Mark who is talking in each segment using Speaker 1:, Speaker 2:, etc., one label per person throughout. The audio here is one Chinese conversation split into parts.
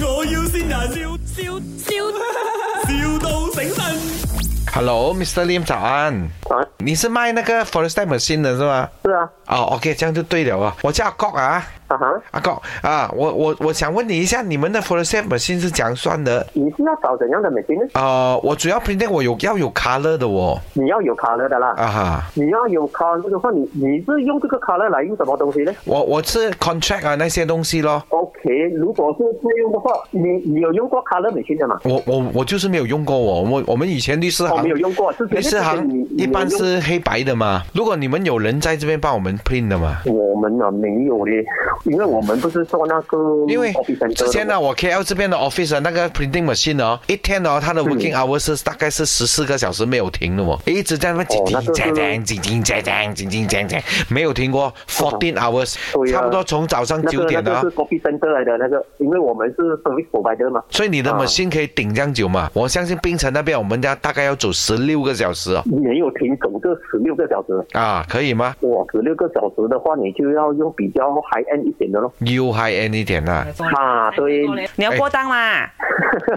Speaker 1: 要先人，笑笑笑，,笑到醒神。
Speaker 2: Hello，Mr. Lim，早安。
Speaker 3: 早安
Speaker 2: 你是卖那个 Forest m a c h i n 的是吗？
Speaker 3: 啊是啊，
Speaker 2: 哦、o k 这样就对了啊。我叫阿国啊，
Speaker 3: 啊哈，
Speaker 2: 阿国啊，我我我想问你一下，你们的 Forest m a c h i n 是怎样算的？
Speaker 3: 你是要找怎样的美金呢？
Speaker 2: 呃，我主要 print 我有要有 color 的哦，
Speaker 3: 你要有卡勒的啦，
Speaker 2: 啊哈，
Speaker 3: 你要有卡勒的话，你你是用这个卡勒来用什么东西呢
Speaker 2: 我我是 contract 啊那些东西咯，
Speaker 3: ？OK，如果是这样的话，你你有用过卡勒美金的吗？
Speaker 2: 我我我就是没有用过哦我我我们以前律师
Speaker 3: 我
Speaker 2: 行
Speaker 3: 哦没有用过，之前
Speaker 2: 律师行
Speaker 3: 之前你你
Speaker 2: 一般
Speaker 3: 有用
Speaker 2: 是黑白的嘛，如果你们有人在这边帮我们 print 的嘛。
Speaker 3: 我们呢没有嘞，因为我们不是做那个
Speaker 2: 因为
Speaker 3: office center 的
Speaker 2: 之前呢，我 KL 这边的 office 的那个 printing machine 哦，一天哦，它的 working hours 是大概是十四个小时没有停的哦，一直在那边
Speaker 3: 哦
Speaker 2: 叮
Speaker 3: 那
Speaker 2: 叮
Speaker 3: 就是
Speaker 2: 叮叮叮叮叮叮叮叮叮叮，没有停过 fourteen hours，
Speaker 3: 对啊
Speaker 2: 差不多从早上
Speaker 3: 那
Speaker 2: 九
Speaker 3: 个那
Speaker 2: 点
Speaker 3: 个
Speaker 2: 啊
Speaker 3: 是，copy center 来的那个，因为我们是 service provider 嘛。
Speaker 2: 所以你的
Speaker 3: 啊
Speaker 2: machine 可以顶这样久嘛？我相信槟城那边我们家大概要走十六个小时哦，
Speaker 3: 没有停走这十六个小时，
Speaker 2: 啊，可以吗？
Speaker 3: 哇，十六个小时的话，你就要用比较 high end 一点的咯。
Speaker 2: u high end 一点啦
Speaker 3: 啊，对，
Speaker 4: 你要过档啦，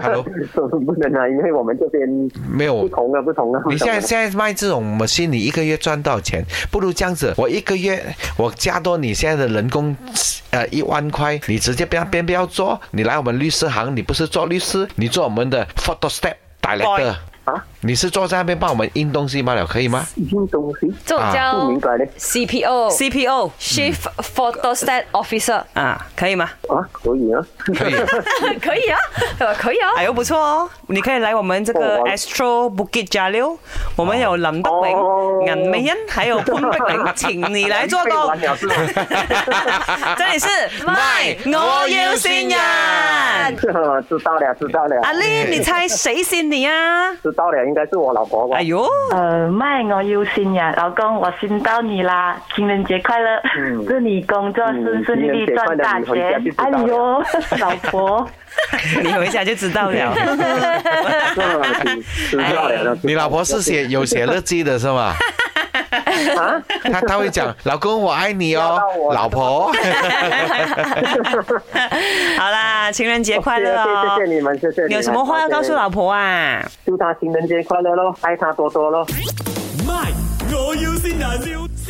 Speaker 3: 哎
Speaker 2: ，Hello，
Speaker 3: 不能啊，因为我们这边
Speaker 2: 没有
Speaker 4: 哦
Speaker 3: 不。同啊，不同啊。
Speaker 2: 你现在
Speaker 3: 不同啊
Speaker 2: 现在卖这种 machine，你一个月赚多少钱？不如这样子，我一个月我加多你现在的人工，呃，一万块，你直接不要边不要做，你来我们律师行，你不是做律师，你做我们的 photo step director，
Speaker 3: 啊，
Speaker 2: 你是坐在那边帮我们印东西罢了，可以 吗？
Speaker 3: 印东西
Speaker 4: 啊
Speaker 5: 这种
Speaker 3: 不
Speaker 5: 叫
Speaker 3: 明白嘞
Speaker 5: CPO。
Speaker 4: 嗯 CPO
Speaker 5: Chief Photostat Officer，
Speaker 4: 啊，可以吗？
Speaker 3: 啊，可以啊。
Speaker 2: 可以。
Speaker 5: 可以啊，呃 可以啊。
Speaker 4: 哎呦，不错哦，你可以来我们这个
Speaker 3: 哦我
Speaker 4: Astro Bukit Jalil，我们有林德
Speaker 3: 哦
Speaker 4: 荣、颜美欣，还有潘碧玲，请你来做
Speaker 3: 被
Speaker 4: 工
Speaker 3: 玩。了是吧？哎
Speaker 4: 这 里是 My 我要先人，
Speaker 5: 啊
Speaker 4: 阿
Speaker 3: 啊知道了，知道了，
Speaker 4: Lin，你猜谁先你啊？
Speaker 3: 知道了，应该是我老婆吧
Speaker 4: 哎。 呦，
Speaker 6: 呃，麦，我有心呀，老公，我心到你啦，情人节快乐，
Speaker 3: 嗯
Speaker 6: 祝你工作顺顺利利赚大
Speaker 3: 情人
Speaker 6: 钱
Speaker 3: 节！快
Speaker 6: 哎
Speaker 3: 乐你回家就知道
Speaker 6: 呦，老婆，
Speaker 4: 你回家就知
Speaker 3: 嗯知
Speaker 4: 道了。
Speaker 3: 道了，知 道了
Speaker 2: 你老婆是写有写日记的是吗？
Speaker 3: 啊？
Speaker 2: 她她会讲，老公我爱你哦
Speaker 3: 不要闹，我
Speaker 2: 老婆。
Speaker 4: 好啦，情人节快乐哦！
Speaker 3: 谢谢谢谢你们，谢谢你们。
Speaker 4: 你有什么话要告诉老婆啊？
Speaker 3: 祝她情人节快乐喽，爱她多多喽。
Speaker 1: 卖，我要先人，笑笑